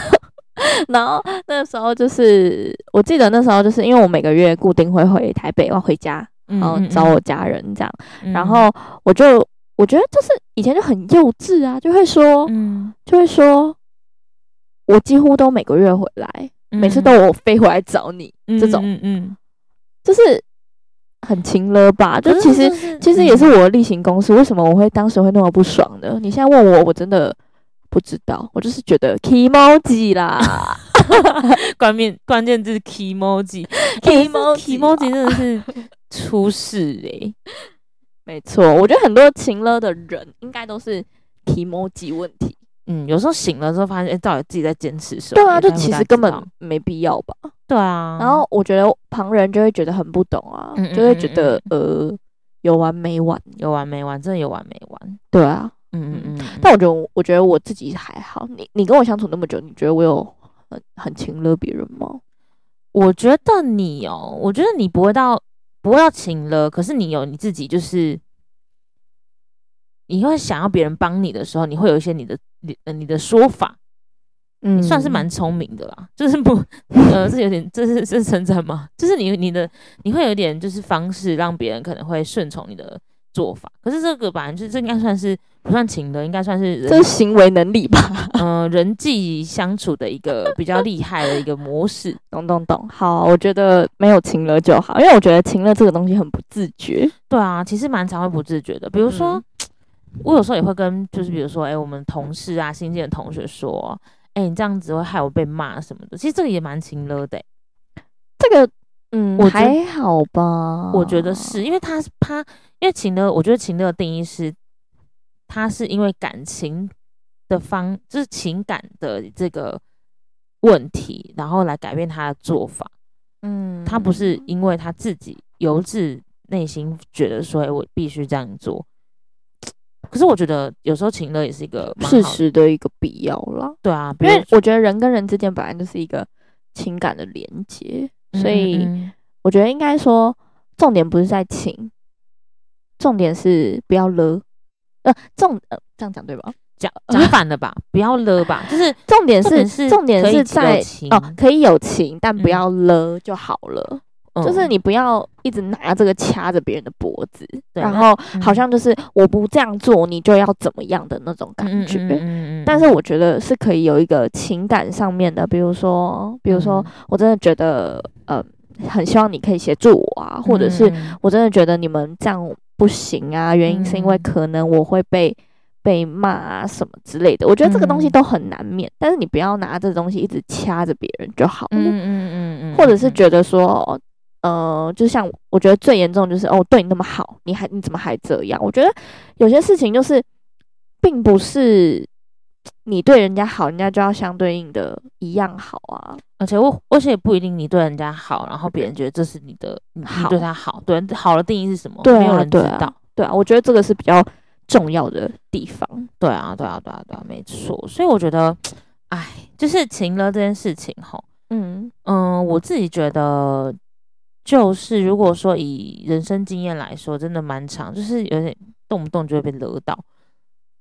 [SPEAKER 2] (laughs) 然后那时候就是，我记得那时候就是因为我每个月固定会回台北，要回家，
[SPEAKER 1] 嗯
[SPEAKER 2] 然后
[SPEAKER 1] 嗯
[SPEAKER 2] 找
[SPEAKER 1] 嗯
[SPEAKER 2] 我家人这样。
[SPEAKER 1] 嗯
[SPEAKER 2] 然后我就我觉得就是以前就很幼稚啊，就会说
[SPEAKER 1] 嗯，
[SPEAKER 2] 就会说，我几乎都每个月回来，每次
[SPEAKER 1] 嗯
[SPEAKER 2] 都我飞回来找你，
[SPEAKER 1] 嗯
[SPEAKER 2] 这种
[SPEAKER 1] 嗯嗯，
[SPEAKER 2] 就是很勤了吧？就
[SPEAKER 1] 可
[SPEAKER 2] 其
[SPEAKER 1] 是
[SPEAKER 2] 实
[SPEAKER 1] 是
[SPEAKER 2] 其实也是
[SPEAKER 1] 嗯
[SPEAKER 2] 我的例行公事，为什么我会当时会那么不爽呢？你现在问我，我真的不知道，我就是觉得 emoji (laughs) 啦
[SPEAKER 1] 关键关键字 emoji，emoji
[SPEAKER 2] (laughs) 啊
[SPEAKER 1] emoji 真的是出事哎、
[SPEAKER 2] 没错，我觉得很多勤了的人应该都是 emoji 问题。
[SPEAKER 1] 嗯，有时候醒了之后发现，哎、到底自己在坚持什么？
[SPEAKER 2] 对啊，
[SPEAKER 1] 也
[SPEAKER 2] 就
[SPEAKER 1] 大概
[SPEAKER 2] 其
[SPEAKER 1] 大
[SPEAKER 2] 实
[SPEAKER 1] 家
[SPEAKER 2] 根
[SPEAKER 1] 知
[SPEAKER 2] 本
[SPEAKER 1] 道
[SPEAKER 2] 没必要吧。
[SPEAKER 1] 对啊。
[SPEAKER 2] 然后我觉得旁人就会觉得很不懂啊，
[SPEAKER 1] 嗯嗯
[SPEAKER 2] 就会觉得呃有完没完。
[SPEAKER 1] 有完没完，真的有完没完。
[SPEAKER 2] 对啊，
[SPEAKER 1] 嗯嗯嗯，
[SPEAKER 2] 但我觉得我我觉得我自己还好。你你跟我相处那么久，你觉得我有很很情勒别人吗？
[SPEAKER 1] 我觉得你哦，我觉得你不会到。不会要请了，可是你有你自己，就是你会想要别人帮你的时候，你会有一些你的你呃你的说法，
[SPEAKER 2] 嗯
[SPEAKER 1] 你算是蛮聪明的啦， (laughs) 就是不，呃，这有点，这是这是称赞吗？ (laughs) 就是你你的你会有点就是方式，让别人可能会顺从你的做法。可是这个吧，就是这应该算是不算情的，应该算是
[SPEAKER 2] 这是
[SPEAKER 1] 人
[SPEAKER 2] 行为能力 (laughs) 吧？
[SPEAKER 1] 呃人际相处的一个比较厉害的一个模式。
[SPEAKER 2] 懂懂懂。好，我觉得没有情了就好，因为我觉得情了这个东西很不自觉。
[SPEAKER 1] 对啊，其实蛮常会不自觉的。比如说，
[SPEAKER 2] 嗯
[SPEAKER 1] 我有时候也会跟，就是比如说，哎、我们同事啊、新进的同学说，哎、你这样子会害我被骂什么的。其实这个也蛮情勒的欸、
[SPEAKER 2] 这个，嗯，
[SPEAKER 1] 我觉
[SPEAKER 2] 还好吧？
[SPEAKER 1] 我觉得，是因为他是他，因为情勒，我觉得情勒的定义是，他是因为感情的方，就是情感的这个问题，然后来改变他的做法。
[SPEAKER 2] 嗯
[SPEAKER 1] 他不是因为他自己由自内心觉得说，哎、我必须这样做。可是我觉得有时候情乐也是一个蛮
[SPEAKER 2] 事
[SPEAKER 1] 好的，
[SPEAKER 2] 实的一个必要啦。
[SPEAKER 1] 对啊，比
[SPEAKER 2] 因
[SPEAKER 1] 如
[SPEAKER 2] 为我觉得人跟人之间本来就是一个情感的连接，所以
[SPEAKER 1] 嗯嗯
[SPEAKER 2] 我觉得应该说重点不是在情，重点是不要勒。呃，重呃这样讲对吧？
[SPEAKER 1] 讲讲反了吧，不要勒吧，就是
[SPEAKER 2] 重点
[SPEAKER 1] 重
[SPEAKER 2] 是
[SPEAKER 1] 点是
[SPEAKER 2] 重点
[SPEAKER 1] 可以
[SPEAKER 2] 是
[SPEAKER 1] 几个
[SPEAKER 2] 在
[SPEAKER 1] 情
[SPEAKER 2] 哦，可以有情，但不
[SPEAKER 1] 嗯
[SPEAKER 2] 要勒就好了。就是
[SPEAKER 1] 嗯
[SPEAKER 2] 你不要一直拿这个掐着别人的脖子，
[SPEAKER 1] 对
[SPEAKER 2] 然
[SPEAKER 1] 那
[SPEAKER 2] 后
[SPEAKER 1] 嗯
[SPEAKER 2] 好像就是我不这样做，你就要怎么样的那种感
[SPEAKER 1] 嗯嗯
[SPEAKER 2] 觉。
[SPEAKER 1] 嗯嗯嗯嗯
[SPEAKER 2] 但是我觉得是可以有一个情感上面的，比如说，比如说，
[SPEAKER 1] 嗯
[SPEAKER 2] 我真的觉得，呃，很希望你可以协助我啊，或者是
[SPEAKER 1] 嗯嗯
[SPEAKER 2] 我真的觉得你们这样不行啊，原因是因为
[SPEAKER 1] 嗯
[SPEAKER 2] 可能我会被被骂啊什么之类的。我觉得这个东西
[SPEAKER 1] 嗯
[SPEAKER 2] 都很难免，但是你不要拿这东西一直掐着别人就好了，
[SPEAKER 1] 嗯嗯嗯嗯，
[SPEAKER 2] 或者是
[SPEAKER 1] 嗯
[SPEAKER 2] 觉得说。呃，就像我觉得最严重就是哦，对你那么好，你还你怎么还这样？我觉得有些事情就是，并不是你对人家好，人家就要相对应的一样好啊。
[SPEAKER 1] 而且我而且也不一定你对人家好，然后别人觉得这是你的，你你
[SPEAKER 2] 好
[SPEAKER 1] 对他好，对好的定义是什么？
[SPEAKER 2] 对
[SPEAKER 1] 没有
[SPEAKER 2] 啊，
[SPEAKER 1] 人
[SPEAKER 2] 对
[SPEAKER 1] 知
[SPEAKER 2] 啊
[SPEAKER 1] 道。，
[SPEAKER 2] 对啊，我觉得这个是比较重要的地方。
[SPEAKER 1] 对啊，对啊，对啊，对啊，没错。所以我觉得，哎，就是情了这件事情吼，
[SPEAKER 2] 嗯
[SPEAKER 1] 嗯，我自己觉得，就是如果说以人生经验来说，真的蛮长，就是有点动不动就会被勒到。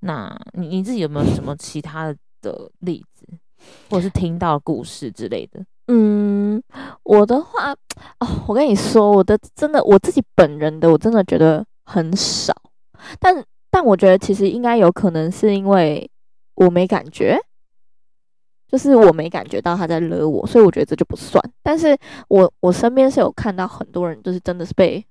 [SPEAKER 1] 那你你自己有没有什么其他的例子，或者是听到的故事之类的？
[SPEAKER 2] 嗯，我的话，哦，我跟你说，我的真的我自己本人的，我真的觉得很少。但但我觉得其实应该有可能是因为我没感觉，就是我没感觉到他在勒我，所以我觉得这就不算。但是我我身边是有看到很多人，就是真的是被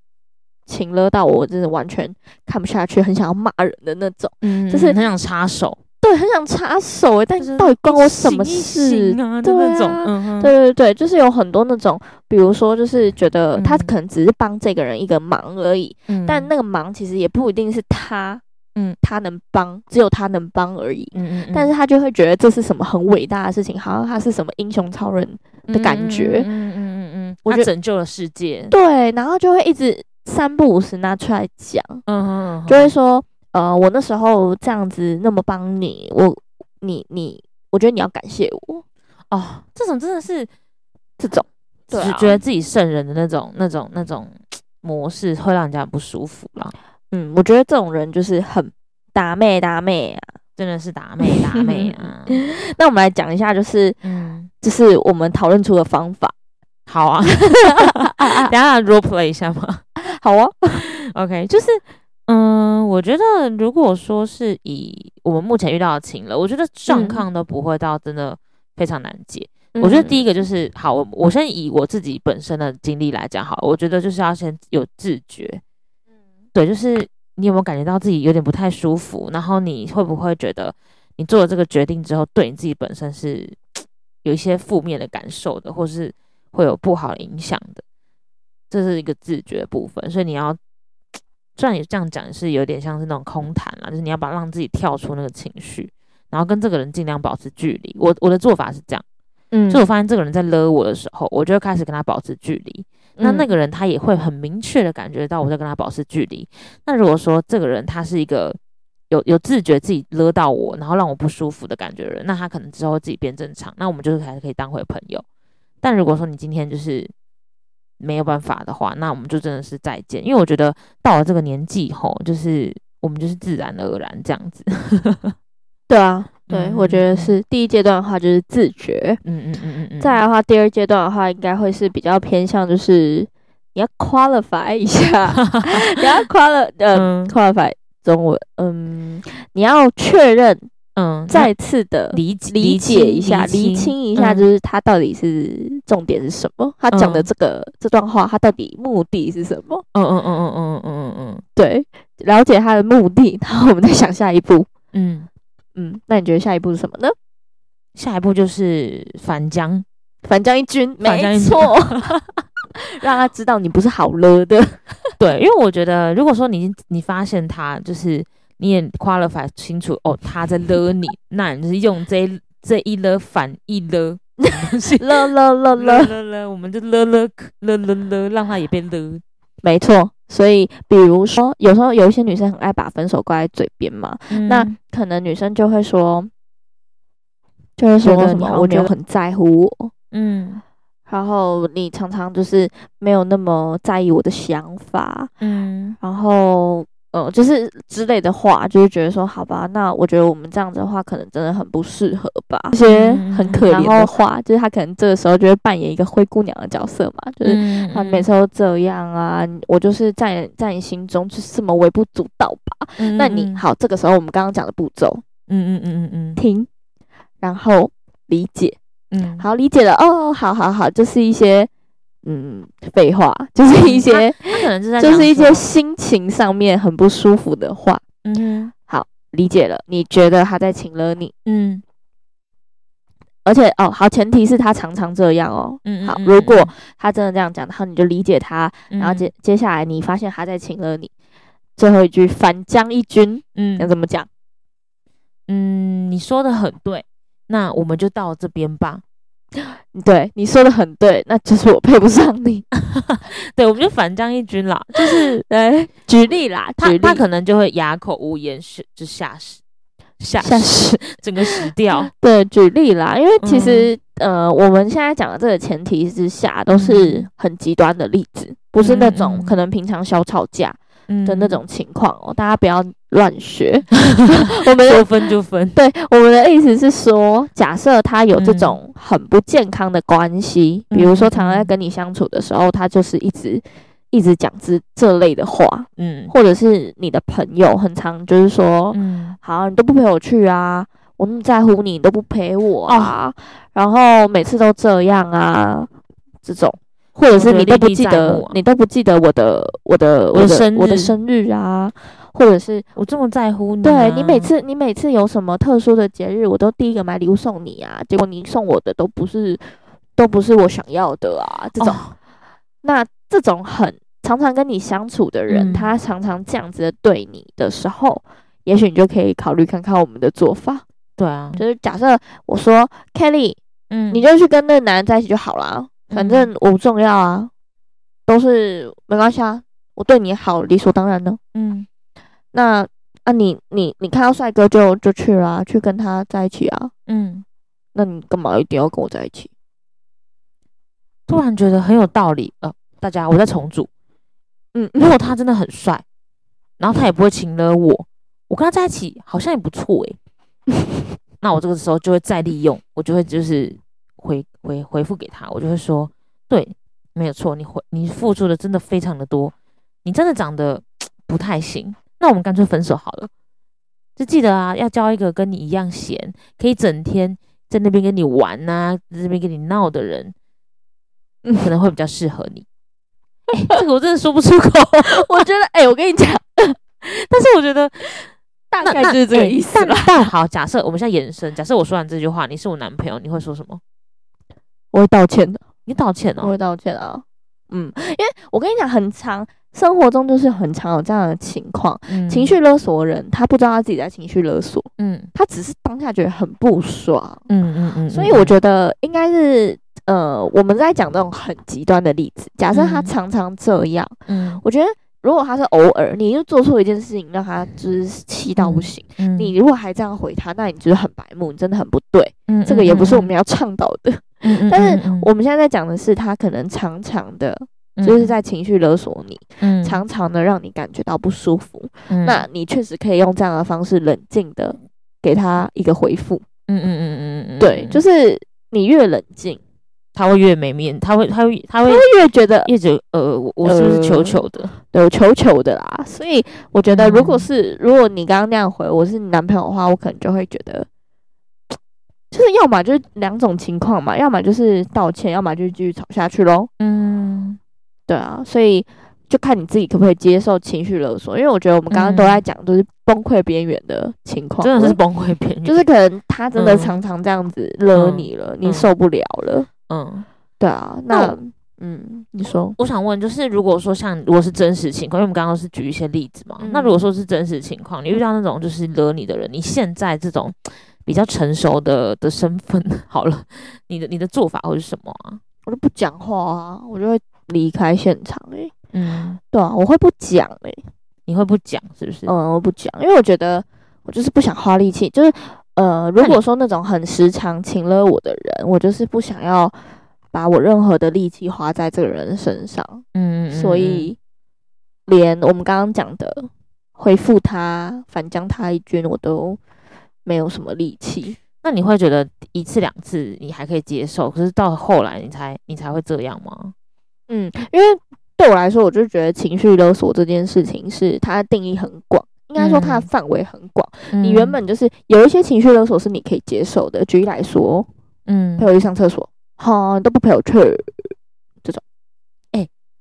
[SPEAKER 2] 情勒到我，真的完全看不下去，很想要骂人的那种。
[SPEAKER 1] 嗯
[SPEAKER 2] 就是
[SPEAKER 1] 很想插手，
[SPEAKER 2] 对，很想插手欸，但
[SPEAKER 1] 就是
[SPEAKER 2] 到底关我什
[SPEAKER 1] 醒
[SPEAKER 2] 么
[SPEAKER 1] 一
[SPEAKER 2] 事
[SPEAKER 1] 醒啊的那
[SPEAKER 2] 对
[SPEAKER 1] 种
[SPEAKER 2] 啊，
[SPEAKER 1] 嗯哼，
[SPEAKER 2] 对对对，就是有很多那种，比如说，就是觉得他
[SPEAKER 1] 嗯
[SPEAKER 2] 可能只是帮这个人一个忙而已，
[SPEAKER 1] 嗯，
[SPEAKER 2] 但那个忙其实也不一定是他，
[SPEAKER 1] 嗯，
[SPEAKER 2] 他能帮，只有他能帮而已。
[SPEAKER 1] 嗯嗯嗯
[SPEAKER 2] 但是他就会觉得这是什么很伟大的事情，好像他是什么英雄超人，的感
[SPEAKER 1] 嗯嗯
[SPEAKER 2] 觉
[SPEAKER 1] 嗯嗯嗯嗯，
[SPEAKER 2] 我
[SPEAKER 1] 我
[SPEAKER 2] 觉
[SPEAKER 1] 拯救了世界，
[SPEAKER 2] 对，然后就会一直三不五时拿出来讲，
[SPEAKER 1] 嗯哼嗯
[SPEAKER 2] 就会说，呃，我那时候这样子那么帮你，我你你，我觉得你要感谢我
[SPEAKER 1] 哼哦，这种真的是
[SPEAKER 2] 这种，对
[SPEAKER 1] 只
[SPEAKER 2] 啊
[SPEAKER 1] 觉得自己圣人的那种、那种、那种模式，会让人家很不舒服啦。
[SPEAKER 2] 嗯，我觉得这种人就是很打妹打妹啊。
[SPEAKER 1] 真的是打妹打妹
[SPEAKER 2] (laughs)
[SPEAKER 1] 啊！
[SPEAKER 2] 那我们来讲一下，就是
[SPEAKER 1] 嗯，
[SPEAKER 2] 就是我们讨论出的方法。
[SPEAKER 1] 好
[SPEAKER 2] (laughs)
[SPEAKER 1] 啊，等一下 role play 一下嘛。
[SPEAKER 2] 好啊，
[SPEAKER 1] OK，就是嗯，我觉得如果说是以我们目前遇到的情了，我觉得状
[SPEAKER 2] 嗯
[SPEAKER 1] 况都不会到真的非常难解。我觉得第
[SPEAKER 2] 一，
[SPEAKER 1] 一个就是好，我我先以我自己本身的经历来讲好了，我觉得就是要先有自觉，对，就是你有没有感觉到自己有点不太舒服，然后你会不会觉得你做了这个决定之后，对你自己本身是有一些负面的感受的，或是会有不好的影响的，这是一个自觉的部分，所以你要。虽然你这样讲是有点像是那种空谈啦，就是你要把让自己跳出那个情绪，然后跟这个人尽量保持距离。我我的做法是这样。
[SPEAKER 2] 嗯
[SPEAKER 1] 所以我发现这个人在勒我的时候，我就会开始跟他保持距离。那那个人他也会很明确的感觉到我在跟他保持距离。那如果说这个人他是一个有有自觉自己勒到我，然后让我不舒服的感觉的人，那他可能之后自己变正常，那我们就是还可以当回朋友。但如果说你今天就是没有办法的话，那我们就真的是再见。因为我觉得到了这个年纪吼，就是我们就是自然而然这样子。
[SPEAKER 2] 对啊，对，我觉得
[SPEAKER 1] 嗯
[SPEAKER 2] 是第一阶段的话就是自觉，
[SPEAKER 1] 嗯嗯嗯嗯嗯。
[SPEAKER 2] 再来的话，第二阶段的话应该会是比较偏向就是你要 qualify 一下， (laughs)
[SPEAKER 1] (laughs)
[SPEAKER 2] 你要 quali 呃、
[SPEAKER 1] 嗯
[SPEAKER 2] qualify 中文，嗯，你要确认
[SPEAKER 1] 嗯，
[SPEAKER 2] 再次的
[SPEAKER 1] 理解
[SPEAKER 2] 理解一下，厘清一下，
[SPEAKER 1] 嗯
[SPEAKER 2] 就是他到底是重点是什么，他讲的
[SPEAKER 1] 嗯
[SPEAKER 2] 这个、这段话，他到底目的是什么？
[SPEAKER 1] 嗯嗯嗯嗯嗯嗯嗯
[SPEAKER 2] 对，了解他的目的，然后我们再想下一步。
[SPEAKER 1] 嗯嗯。
[SPEAKER 2] 嗯，那你觉得下一步是什么呢？
[SPEAKER 1] 下一步就是反将，
[SPEAKER 2] 反将一军，
[SPEAKER 1] 反将
[SPEAKER 2] 没
[SPEAKER 1] 一军
[SPEAKER 2] 错， (laughs) 让他知道你不是好了
[SPEAKER 1] (laughs)
[SPEAKER 2] 的。
[SPEAKER 1] 对，因为我觉得，如果说你你发现他就是你也 qualify 清楚哦，他在勒你，那你就是用这一这一勒反一勒，
[SPEAKER 2] 了了了
[SPEAKER 1] 勒
[SPEAKER 2] 了，
[SPEAKER 1] 勒勒，我们就勒勒勒勒勒，让他也被勒。
[SPEAKER 2] 没错。所以，比如说，有时候有一些女生很爱把分手挂在嘴边嘛，那
[SPEAKER 1] 嗯
[SPEAKER 2] 可能女生就会说，就会
[SPEAKER 1] 觉
[SPEAKER 2] 说
[SPEAKER 1] 得
[SPEAKER 2] 什
[SPEAKER 1] 你
[SPEAKER 2] 么
[SPEAKER 1] 好，像
[SPEAKER 2] 我
[SPEAKER 1] 没
[SPEAKER 2] 觉
[SPEAKER 1] 有
[SPEAKER 2] 得很在乎我，
[SPEAKER 1] 嗯
[SPEAKER 2] 然后你常常就是没有那么在意我的想法，
[SPEAKER 1] 嗯
[SPEAKER 2] 然后呃，就是之类的话，就是觉得说，好吧，那我觉得我们这样子的话，可能真的很不适合吧。这些很可
[SPEAKER 1] 嗯
[SPEAKER 2] 怜的话，就是他可能这个时候就会扮演一个灰姑娘的角色嘛，就是。
[SPEAKER 1] 嗯
[SPEAKER 2] 他每次都这样啊，我就是在你在你心中就是这么微不足道吧？
[SPEAKER 1] 嗯
[SPEAKER 2] 那你
[SPEAKER 1] 嗯
[SPEAKER 2] 好，这个时候我们刚刚讲的步骤，
[SPEAKER 1] 嗯嗯嗯嗯
[SPEAKER 2] 听，然后理解，
[SPEAKER 1] 嗯嗯，
[SPEAKER 2] 好理解了哦，好好好，就是一些嗯废话，就是一些
[SPEAKER 1] 嗯他可能是在
[SPEAKER 2] 就是
[SPEAKER 1] 讲
[SPEAKER 2] 一些
[SPEAKER 1] 说
[SPEAKER 2] 心情上面很不舒服的话，
[SPEAKER 1] 嗯哼
[SPEAKER 2] 理解了，你觉得他在请了你，
[SPEAKER 1] 嗯
[SPEAKER 2] 而且哦好，前提是他常常这样哦。
[SPEAKER 1] 嗯嗯
[SPEAKER 2] 好，
[SPEAKER 1] 嗯
[SPEAKER 2] 如果
[SPEAKER 1] 嗯
[SPEAKER 2] 他真的这样讲，然后你就理解他，
[SPEAKER 1] 嗯
[SPEAKER 2] 然后接接下来你发现他在请了你，最后一句反将一军
[SPEAKER 1] 嗯
[SPEAKER 2] 要怎么讲？
[SPEAKER 1] 嗯，你说的很对，那我们就到这边吧。
[SPEAKER 2] 对，你说的很对，那就是我配不上你。
[SPEAKER 1] (laughs) 对，我们就反将一军啦，就是
[SPEAKER 2] 对，举例啦，
[SPEAKER 1] 他
[SPEAKER 2] 举
[SPEAKER 1] 他
[SPEAKER 2] 例
[SPEAKER 1] 可能就会哑口无言，是就吓死，吓
[SPEAKER 2] (laughs) 像
[SPEAKER 1] 死，
[SPEAKER 2] 是
[SPEAKER 1] 整个死掉。
[SPEAKER 2] 对，举例啦，因为其
[SPEAKER 1] 嗯
[SPEAKER 2] 实、呃，我们现在讲的这个前提之下，都是
[SPEAKER 1] 嗯
[SPEAKER 2] 很极端的例子，不是那种
[SPEAKER 1] 嗯嗯
[SPEAKER 2] 可能平常小吵架
[SPEAKER 1] (laughs) 嗯
[SPEAKER 2] 的那种情况哦，大家不要乱
[SPEAKER 1] (laughs)
[SPEAKER 2] 学。 (laughs) 我们
[SPEAKER 1] 说
[SPEAKER 2] 的
[SPEAKER 1] 分就分。
[SPEAKER 2] 对我们的意思是说，假设他有这
[SPEAKER 1] 嗯
[SPEAKER 2] 种很不健康的关系，比如说
[SPEAKER 1] 嗯嗯
[SPEAKER 2] 常常在
[SPEAKER 1] 嗯
[SPEAKER 2] 跟你相处的时候，他就是一直一直讲这这类的话，
[SPEAKER 1] 嗯
[SPEAKER 2] 或者是你的朋友很常就是说，
[SPEAKER 1] 嗯
[SPEAKER 2] 好，你都不陪我去啊，我那么在乎你，你都不陪我啊，
[SPEAKER 1] 哦
[SPEAKER 2] 然后每次都这样啊，这种，或者
[SPEAKER 1] 我
[SPEAKER 2] 是
[SPEAKER 1] 觉
[SPEAKER 2] 你都
[SPEAKER 1] 得
[SPEAKER 2] 不
[SPEAKER 1] 历历
[SPEAKER 2] 记
[SPEAKER 1] 在
[SPEAKER 2] 得，
[SPEAKER 1] 目啊
[SPEAKER 2] 你都不记得我的我的
[SPEAKER 1] 我
[SPEAKER 2] 的
[SPEAKER 1] 的生
[SPEAKER 2] 我的
[SPEAKER 1] 日嗯
[SPEAKER 2] 生日啊，或者是
[SPEAKER 1] 我这么在乎你、啊
[SPEAKER 2] 对你每，次你每次有什么特殊的节日，我都第一个买礼物送你啊，结果你送我的都不是都不是我想要的啊，这种，
[SPEAKER 1] 哦
[SPEAKER 2] 那这种很常常跟你相处的人，
[SPEAKER 1] 嗯
[SPEAKER 2] 他常常这样子的对你的时候，也许你就可以考虑看看我们的做法。
[SPEAKER 1] 对啊，
[SPEAKER 2] 就是假设我说 Kelly，
[SPEAKER 1] 嗯
[SPEAKER 2] 你就去跟那个男人在一起就好啦，反正我不重要啊，都是没关系啊，我对你好理所当然呢。
[SPEAKER 1] 嗯
[SPEAKER 2] 那啊你你你看到帅哥就就去啦、去跟他在一起啊，
[SPEAKER 1] 嗯，
[SPEAKER 2] 那你干嘛一定要跟我在一起？
[SPEAKER 1] 突然觉得很有道理。呃，大家，我在重组。
[SPEAKER 2] 嗯， (laughs)
[SPEAKER 1] 如果他真的很帅，然后他也不会请了我，我跟他在一起好像也不错诶、 (laughs) 那我这个时候就会再利用，我就会就是回回回复给他，我就会说，对，没有错，你回你付出的真的非常的多，你真的长得不太行，那我们干脆分手好了。就记得啊，要交一个跟你一样闲，可以整天在那边跟你玩呐、在这边跟你闹的人，
[SPEAKER 2] 嗯
[SPEAKER 1] 可能会比较适合你。 (laughs) 欸这个我真的说不出口，
[SPEAKER 2] 我觉得，哎、我跟你讲，
[SPEAKER 1] 但是我觉得
[SPEAKER 2] 大
[SPEAKER 1] 那
[SPEAKER 2] 概
[SPEAKER 1] 那
[SPEAKER 2] 就是这个
[SPEAKER 1] 欸
[SPEAKER 2] 意思
[SPEAKER 1] 但
[SPEAKER 2] 啦。
[SPEAKER 1] 但好，假设我们现在延伸，假设我说完这句话，你是我男朋友，你会说什么？
[SPEAKER 2] (laughs) 我会道歉的，
[SPEAKER 1] 你道歉
[SPEAKER 2] 我
[SPEAKER 1] 哦。
[SPEAKER 2] 会道歉啊。嗯，因为我跟你讲，很常生活中就是很常有这样的情况，
[SPEAKER 1] 嗯
[SPEAKER 2] 情，绪勒索的人，他不知道他自己在情绪勒索，
[SPEAKER 1] 嗯
[SPEAKER 2] 他只是当下觉得很不爽。
[SPEAKER 1] 嗯嗯嗯。
[SPEAKER 2] 所以我觉得应该是，呃，我们在讲这种很极端的例子，假设他
[SPEAKER 1] 嗯
[SPEAKER 2] 常常这样，
[SPEAKER 1] 得，嗯
[SPEAKER 2] 我觉得如果他是偶尔，你就做错一件事情让他就是气到不
[SPEAKER 1] 嗯
[SPEAKER 2] 行，
[SPEAKER 1] 嗯
[SPEAKER 2] 你如果还这样回他，那你就是很白目，你真的很不对，
[SPEAKER 1] 嗯
[SPEAKER 2] 这个也不是我们，要倡导的。
[SPEAKER 1] 嗯嗯嗯嗯嗯嗯
[SPEAKER 2] 但是
[SPEAKER 1] 嗯嗯
[SPEAKER 2] 我们现在在讲的是他可能常常的就是在情绪勒索你，
[SPEAKER 1] 嗯
[SPEAKER 2] 常常的让你感觉到不舒服。
[SPEAKER 1] 嗯
[SPEAKER 2] 那你确实可以用这样的方式冷静的给他一个回复，
[SPEAKER 1] 嗯嗯嗯嗯嗯嗯，
[SPEAKER 2] 对，就是是你越冷静，
[SPEAKER 1] 他会越没面，他会他会他会
[SPEAKER 2] 他会越觉得
[SPEAKER 1] 越觉得呃，我我是不是球球的？
[SPEAKER 2] 有球球的啦。所以我觉得，如果
[SPEAKER 1] 嗯
[SPEAKER 2] 是、如果你刚刚那样回我是你男朋友的话，我可能就会觉得，就是要么就是两种情况嘛，要么就是道歉，要么就是继续吵下去喽。
[SPEAKER 1] 嗯
[SPEAKER 2] 对啊，所以就看你自己可不可以接受情绪勒索，因为我觉得我们刚刚都在
[SPEAKER 1] 嗯
[SPEAKER 2] 讲就是崩溃边缘的情况，
[SPEAKER 1] 真的是崩溃边缘，
[SPEAKER 2] 就是可能他真的
[SPEAKER 1] 嗯
[SPEAKER 2] 常常这样子勒
[SPEAKER 1] 嗯
[SPEAKER 2] 你了，你
[SPEAKER 1] 嗯
[SPEAKER 2] 受不了了。
[SPEAKER 1] 嗯。
[SPEAKER 2] 对啊，
[SPEAKER 1] 那
[SPEAKER 2] 那嗯，你说，
[SPEAKER 1] 我想问，就是如果说像如果是真实情况，因为我们刚刚是举一些例子嘛，
[SPEAKER 2] 嗯
[SPEAKER 1] 那如果说是真实情况，你遇到那种就是惹你的人，你现在这种比较成熟的的身份， (laughs) 好了，你的你的做法会是什么啊？
[SPEAKER 2] 我就不讲话啊，我就会离开现场诶、
[SPEAKER 1] 嗯，
[SPEAKER 2] 对啊，我会不讲诶、
[SPEAKER 1] 你会不讲是不是？
[SPEAKER 2] 嗯，我不讲，因为我觉得我就是不想花力气，就是呃，如
[SPEAKER 1] 那你
[SPEAKER 2] 果说那种很时常请了我的人，我就是不想要把我任何的力气花在这个人身上，
[SPEAKER 1] 嗯
[SPEAKER 2] 所以连我们刚刚讲的回复他、反将他一军，我都没有什么力气。
[SPEAKER 1] 那你会觉得一次两次你还可以接受，可是到后来你才你才会这样吗？
[SPEAKER 2] 嗯，因为对我来说，我就觉得情绪勒索这件事情是它的定义很广，应该说它的
[SPEAKER 1] 嗯
[SPEAKER 2] 范围很广。你原本就是有一些情绪勒索是你可以接受的，举例来说，
[SPEAKER 1] 嗯
[SPEAKER 2] 陪，我去上厕所，哈，你都不陪我去，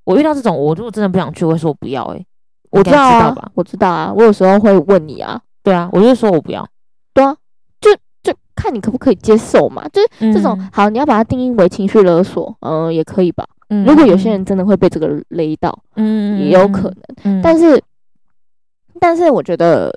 [SPEAKER 1] 我遇到这种，我如果真的不想去，我会说我不要、欸。诶，
[SPEAKER 2] 我
[SPEAKER 1] 知
[SPEAKER 2] 知道啊，
[SPEAKER 1] 吧？
[SPEAKER 2] 我知道啊，我有时候会问你啊，
[SPEAKER 1] 对啊，我就说我不要。
[SPEAKER 2] 对啊，就就看你可不可以接受嘛，就是这种、好，你要把它定义为情绪勒索，嗯、也可以吧。
[SPEAKER 1] 嗯，
[SPEAKER 2] 如果有些人真的会被这个勒到，
[SPEAKER 1] 嗯，嗯
[SPEAKER 2] 也有可能。，
[SPEAKER 1] 嗯嗯
[SPEAKER 2] 但是，但是我觉得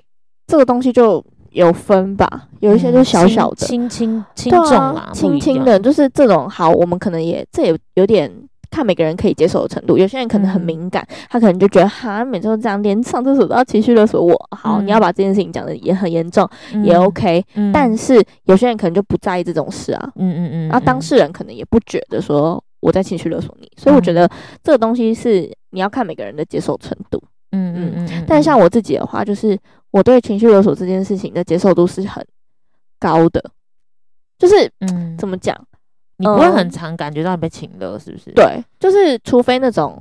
[SPEAKER 2] 这个东西就有分吧，有一些就
[SPEAKER 1] 嗯
[SPEAKER 2] 小小的，
[SPEAKER 1] 轻轻轻
[SPEAKER 2] 对
[SPEAKER 1] 重啦
[SPEAKER 2] 啊，，
[SPEAKER 1] 不
[SPEAKER 2] 轻
[SPEAKER 1] 一
[SPEAKER 2] 轻
[SPEAKER 1] 样，
[SPEAKER 2] 的，就是这种好，我们可能也这也有点看每个人可以接受的程度。有些人可能很
[SPEAKER 1] 嗯
[SPEAKER 2] 敏感，他可能就觉得哈，每次都这样，连上厕所都要情绪勒索我。好，你要
[SPEAKER 1] 嗯
[SPEAKER 2] 把这件事情讲的也很严重，
[SPEAKER 1] 嗯
[SPEAKER 2] 也 OK、
[SPEAKER 1] 嗯
[SPEAKER 2] 但是有些人可能就不在意这种事啊，
[SPEAKER 1] 嗯嗯嗯，
[SPEAKER 2] 然后当
[SPEAKER 1] 嗯
[SPEAKER 2] 事人可能也不觉得说我在情绪勒索你，所以我觉
[SPEAKER 1] 嗯
[SPEAKER 2] 得这个东西是你要看每个人的接受程度。
[SPEAKER 1] 嗯
[SPEAKER 2] 嗯
[SPEAKER 1] 嗯嗯嗯，
[SPEAKER 2] 但
[SPEAKER 1] 嗯
[SPEAKER 2] 像我自己的话，就是我对情绪勒索这件事情的接受度是很高的，就是
[SPEAKER 1] 嗯，
[SPEAKER 2] 怎么讲？
[SPEAKER 1] 你不会
[SPEAKER 2] 嗯
[SPEAKER 1] 很常感觉到你被请了，是不是？
[SPEAKER 2] 对，就是除非那种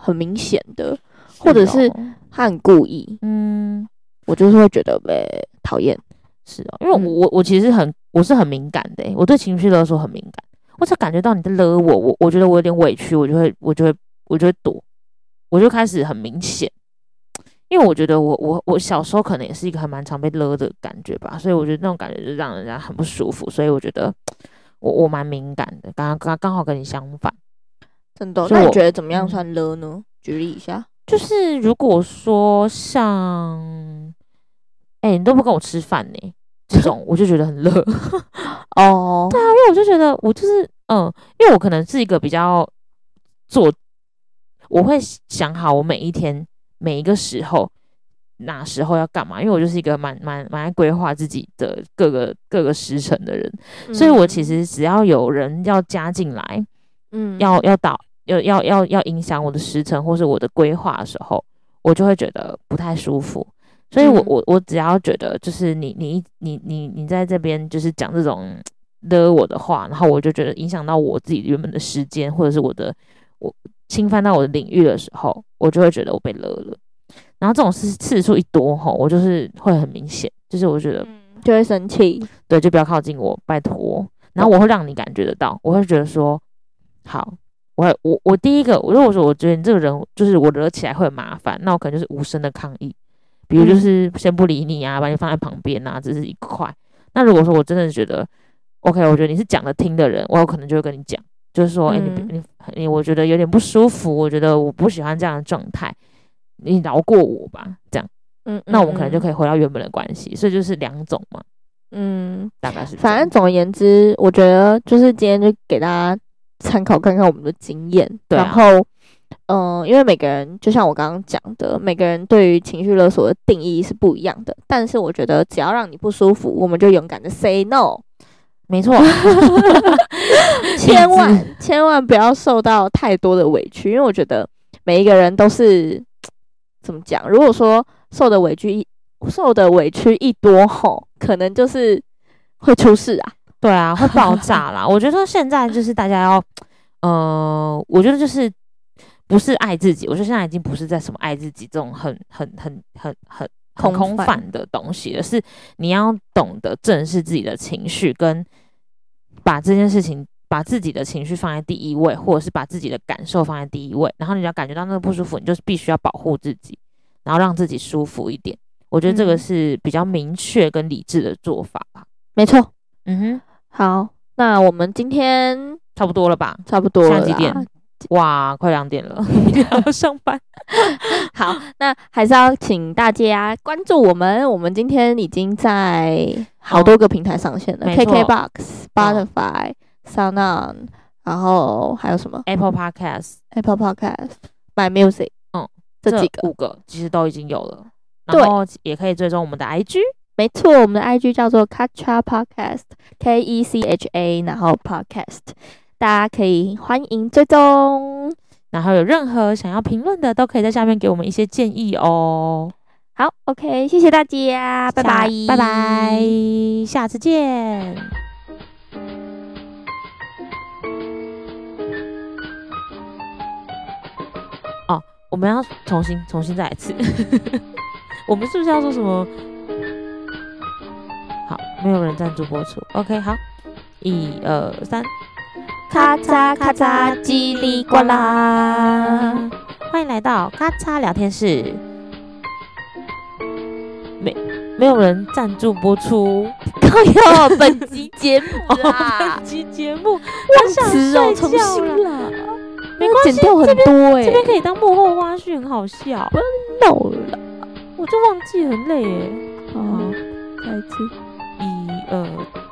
[SPEAKER 2] 很明显的，
[SPEAKER 1] 哦，
[SPEAKER 2] 或者是他很故意，
[SPEAKER 1] 嗯
[SPEAKER 2] 我就是会觉得呗讨厌。
[SPEAKER 1] 是哦，因为我
[SPEAKER 2] 嗯
[SPEAKER 1] 我我其实很我是很敏感的欸，我对情绪勒索很敏感，我只要感觉到你在勒我，我我觉得我有点委屈，我就会我就会我就会躲，我就开始很明显。因为我觉得我我我小时候可能也是一个还蛮常被勒的感觉吧，所以我觉得那种感觉就让人家很不舒服，所以我觉得我我蛮敏感的，刚刚刚刚好跟你相反。
[SPEAKER 2] 真的哦？
[SPEAKER 1] 所
[SPEAKER 2] 那
[SPEAKER 1] 以
[SPEAKER 2] 你
[SPEAKER 1] 我
[SPEAKER 2] 觉得怎么样
[SPEAKER 1] 嗯
[SPEAKER 2] 算勒呢？举例一下。
[SPEAKER 1] 就是如果说像，哎、你都不跟我吃饭呢、这种我就觉得很 (laughs) 热，因为
[SPEAKER 2] 哦，对啊，
[SPEAKER 1] 我就觉得我就是嗯，因为我可能是一个比较做，我会想好我每一天每一个时候哪时候要干嘛，因为我就是一个蛮蛮蛮爱规划自己的各个各个时辰的人，所以我其实只要有人要加进来，
[SPEAKER 2] 嗯
[SPEAKER 1] 要要导要要要要影响我的时程或是我的规划的时候，我就会觉得不太舒服。所以我，
[SPEAKER 2] 嗯
[SPEAKER 1] 我我只要觉得就是你你你你你在这边就是讲这种勒我的话，然后我就觉得影响到我自己原本的时间，或者是我的我侵犯到我的领域的时候，我就会觉得我被勒了。然后这种事次数一多吼，我就是会很明显，就是我觉得
[SPEAKER 2] 嗯就会生气。
[SPEAKER 1] 对，就不要靠近我，拜托。然后我会让你感觉得到，我会觉得说，好，我会我我第一个，如果说我觉得你这个人就是我惹起来会很麻烦，那我可能就是无声的抗议，比如就
[SPEAKER 2] 嗯
[SPEAKER 1] 是先不理你啊，把你放在旁边啊，这是一块。那如果说我真的觉得 OK，我觉得你是讲得听的人，我有可能就会跟你讲，就是说，哎、
[SPEAKER 2] 嗯
[SPEAKER 1] 你不你你，我觉得有点不舒服，我觉得我不喜欢这样的状态，你饶过我吧，这样，
[SPEAKER 2] 嗯，
[SPEAKER 1] 那我们可能就可
[SPEAKER 2] 以。
[SPEAKER 1] 以回到原本的关系。所以就是两种嘛，
[SPEAKER 2] 嗯，
[SPEAKER 1] 大概是这
[SPEAKER 2] 反
[SPEAKER 1] 样
[SPEAKER 2] 正总而言之，我觉得就是今天就给大家参考看看我们的经验，
[SPEAKER 1] 对啊
[SPEAKER 2] 然后。嗯，因为每个人就像我刚刚讲的，每个人对于情绪勒索的定义是不一样的。但是我觉得，只要让你不舒服，我们就勇敢的 say no。
[SPEAKER 1] 没
[SPEAKER 2] (laughs)
[SPEAKER 1] 错， (laughs) 请
[SPEAKER 2] 千
[SPEAKER 1] 自
[SPEAKER 2] 万千万不要受到太多的委屈，因为我觉得每一个人都是怎么讲？如果说受的委屈一受的委屈一多吼，可能就是会出事啊。
[SPEAKER 1] 对啊，会爆炸啦。我觉得现在就是大家要，呃，我觉得就是不是爱自己，我觉得现在已经不是在什么爱自己这种很很很很很
[SPEAKER 2] 空
[SPEAKER 1] 很空
[SPEAKER 2] 泛
[SPEAKER 1] 泛的东西了，是你要懂得正视自己的情绪，跟把这件事情。把自己的情绪放在第一位，或者是把自己的感受放在第一位，然后你只要感觉到那个不舒服，你就是必须要保护自己，然后让自己舒服一点。我觉得这个
[SPEAKER 2] 嗯
[SPEAKER 1] 是比较明确跟理智的做法吧。
[SPEAKER 2] 没错，
[SPEAKER 1] 嗯哼，
[SPEAKER 2] 好，那我们今天
[SPEAKER 1] 差不多了吧？
[SPEAKER 2] 差不多
[SPEAKER 1] 现
[SPEAKER 2] 了啊
[SPEAKER 1] 在几
[SPEAKER 2] 啦
[SPEAKER 1] 点哇，快两
[SPEAKER 2] (laughs)
[SPEAKER 1] 点了，明天还要上班。
[SPEAKER 2] 好，那还是要请大家关注我们。我们今天已经在好多个平台上线了、
[SPEAKER 1] 没
[SPEAKER 2] k
[SPEAKER 1] 错
[SPEAKER 2] k b o x Spotify、Sound On，然后还有什么
[SPEAKER 1] Apple Podcast
[SPEAKER 2] Apple Podcast、My Music，
[SPEAKER 1] 嗯，
[SPEAKER 2] 这几个
[SPEAKER 1] 五个其实都已经有了，
[SPEAKER 2] 对
[SPEAKER 1] 然后也可以追踪我们的 IG。
[SPEAKER 2] 没错。我们的 IG 叫做 Kacha Podcast，K E C H A，然后 Podcast，大家可以欢迎追踪。
[SPEAKER 1] 然后有任何想要评论的，都可以在下面给我们一些建议哦。
[SPEAKER 2] 好，OK，谢谢大家，拜拜，
[SPEAKER 1] 下啊拜拜，下次见。哦，我们要重新重新再来一次。 (laughs) 我们是不是要说什么？好，没有人赞助播出。OK，好，一二三，
[SPEAKER 2] 咔嚓咔嚓，叽里呱啦。 (laughs)
[SPEAKER 1] 欢迎来到咔嚓聊天室。没没有人赞助播出。
[SPEAKER 2] 靠哟，哎本集节目
[SPEAKER 1] (laughs) 哦，
[SPEAKER 2] 啊
[SPEAKER 1] 本，期节目
[SPEAKER 2] 忘
[SPEAKER 1] 想
[SPEAKER 2] 词哦，
[SPEAKER 1] 睡
[SPEAKER 2] 重
[SPEAKER 1] 觉
[SPEAKER 2] 新了，
[SPEAKER 1] 没关
[SPEAKER 2] 剪
[SPEAKER 1] 系，
[SPEAKER 2] 掉很多哎、
[SPEAKER 1] 这边可以当幕后花絮，很好笑。
[SPEAKER 2] 闹了，
[SPEAKER 1] 我就忘记很累耶。哦呃
[SPEAKER 2] 好，再一次。
[SPEAKER 1] 一二。